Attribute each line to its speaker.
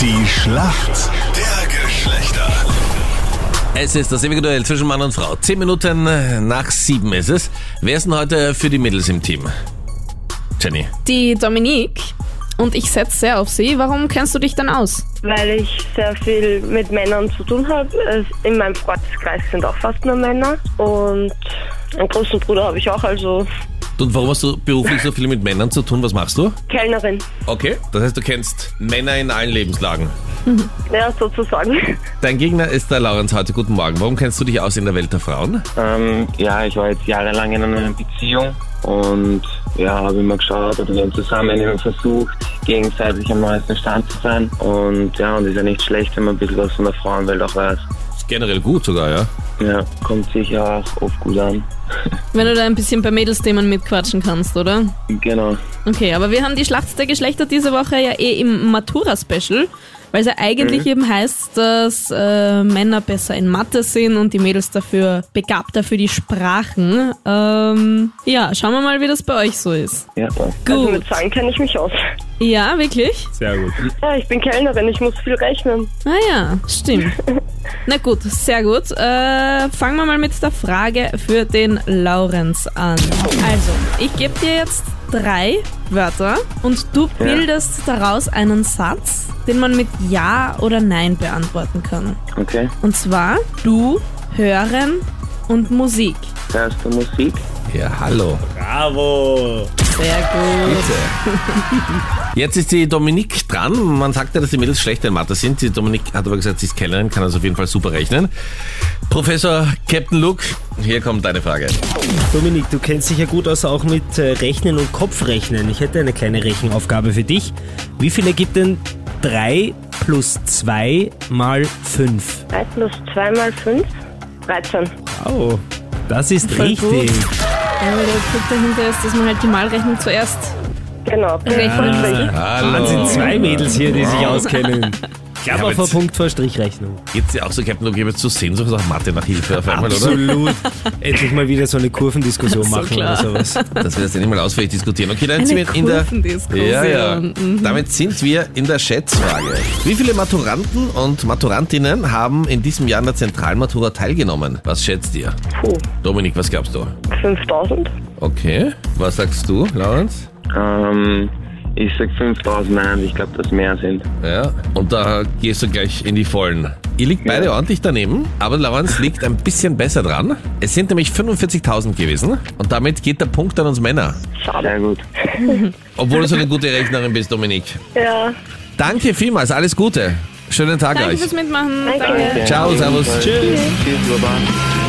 Speaker 1: Die Schlacht der Geschlechter.
Speaker 2: Es ist das ewige Duell zwischen Mann und Frau. Zehn Minuten nach sieben ist es. Wer ist denn heute für die Mädels im Team? Jenny.
Speaker 3: die Dominique und ich setze sehr auf sie. Warum kennst du dich denn aus?
Speaker 4: weil ich sehr viel mit Männern zu tun habe. Es- In meinem Freundeskreis sind auch fast nur Männer und einen großen Bruder habe ich auch, also
Speaker 2: Und warum hast du beruflich so viel mit Männern zu tun? Was machst du?
Speaker 4: Kellnerin,
Speaker 2: Okay. Das heißt, du kennst Männer in allen Lebenslagen.
Speaker 4: ja sozusagen.
Speaker 2: Dein Gegner ist der Laurenz heute. Guten Morgen. Warum kennst du dich aus in der Welt der Frauen?
Speaker 5: Ähm, ja, ich war jetzt jahrelang in einer Beziehung und ja, habe immer geschaut oder wir haben zusammen immer versucht, gegenseitig am neuesten Stand zu sein. Und ja, und ist ja nicht schlecht, wenn man ein bisschen was von der Frauenwelt auch weiß.
Speaker 2: Ist generell gut sogar, ja.
Speaker 5: Ja, kommt sicher auch oft gut an.
Speaker 3: Wenn du da ein bisschen bei Mädelsthemen mitquatschen kannst, oder?
Speaker 5: Genau.
Speaker 3: Okay, aber wir haben die Schlacht der Geschlechter diese Woche ja eh im Matura-Special, weil es ja eigentlich eben heißt, dass äh, Männer besser in Mathe sind und die Mädels dafür begabter für die Sprachen. Ähm, ja, schauen wir mal, wie das bei euch so ist.
Speaker 5: Ja, passt.
Speaker 4: Also
Speaker 3: Gut.
Speaker 4: mit Zahlen kenne ich mich aus.
Speaker 3: Ja, wirklich?
Speaker 2: Sehr gut.
Speaker 4: Ja, ich bin Kellnerin, ich muss viel rechnen.
Speaker 3: Ah ja, stimmt. Na gut, sehr gut. Äh, fangen wir mal mit der Frage für den Laurenz an. Also, ich gebe dir jetzt drei Wörter und du bildest daraus einen Satz, den man mit Ja oder Nein beantworten kann.
Speaker 5: Okay.
Speaker 3: Und zwar du, hören und Musik.
Speaker 5: Hörst du Musik?
Speaker 2: Ja, hallo.
Speaker 3: Sehr gut.
Speaker 2: Jetzt ist die Dominique dran. Man sagt ja, dass die Mädels schlecht in Mathe sind. Die Dominique hat aber gesagt, sie ist Kellnerin, kann also auf jeden Fall super rechnen. Professor Captain Luke, hier kommt deine Frage.
Speaker 6: Dominik, du kennst dich ja gut aus auch mit äh, Rechnen und Kopfrechnen. Ich hätte eine kleine Rechenaufgabe für dich. Wie viel ergibt denn 3 plus 2 mal 5?
Speaker 4: 3 plus 2 mal 5, 13.
Speaker 6: Wow, Oh, das ist
Speaker 3: Voll
Speaker 6: richtig.
Speaker 3: gut. Aber der Trick dahinter ist, dass man halt die Malrechnung zuerst
Speaker 4: Genau, bin ich voll schlecht.
Speaker 2: Hallo.
Speaker 6: Wahnsinn, zwei Mädels hier, die sich auskennen.
Speaker 2: Ja,
Speaker 6: Klammer
Speaker 2: aber
Speaker 6: vor
Speaker 2: jetzt-
Speaker 6: Punkt vor Strichrechnung.
Speaker 2: Geht's dir auch so, Captain Luke, ihr habt so Sehnsucht nach Mathe, nach Hilfe auf einmal, oder?
Speaker 6: Absolut. Endlich mal wieder so eine Kurvendiskussion machen
Speaker 3: klar.
Speaker 6: oder sowas.
Speaker 2: Dass wir das nicht mal ausführlich diskutieren. Okay, dann
Speaker 3: Eine
Speaker 2: sind wir in der.
Speaker 3: Kurvendiskussion.
Speaker 2: Ja, ja.
Speaker 3: Mhm.
Speaker 2: Damit sind wir in der Schätzfrage. Wie viele Maturanten und Maturantinnen haben in diesem Jahr an der Zentralmatura teilgenommen? Was schätzt ihr?
Speaker 4: Puh,
Speaker 2: Dominik, was glaubst du?
Speaker 4: 5000?
Speaker 2: Okay. Was sagst du, Lawrence?
Speaker 5: Ähm, ich sag 5000, nein, ich glaube, dass mehr sind.
Speaker 2: Ja. Und da gehst du gleich in die Vollen. Ihr liegt beide ordentlich daneben, aber Lawrence liegt ein bisschen besser dran. Es sind nämlich 45.000 gewesen und damit geht der Punkt an uns Männer.
Speaker 5: Sehr gut.
Speaker 2: Obwohl du so eine gute Rechnerin bist, Dominik.
Speaker 4: Ja,
Speaker 2: Danke vielmals, alles Gute. Schönen Tag
Speaker 3: Danke
Speaker 2: euch.
Speaker 3: fürs Mitmachen.
Speaker 4: Danke.
Speaker 3: Danke.
Speaker 2: Ciao, servus.
Speaker 5: Tschüss. Tschüss, Baba.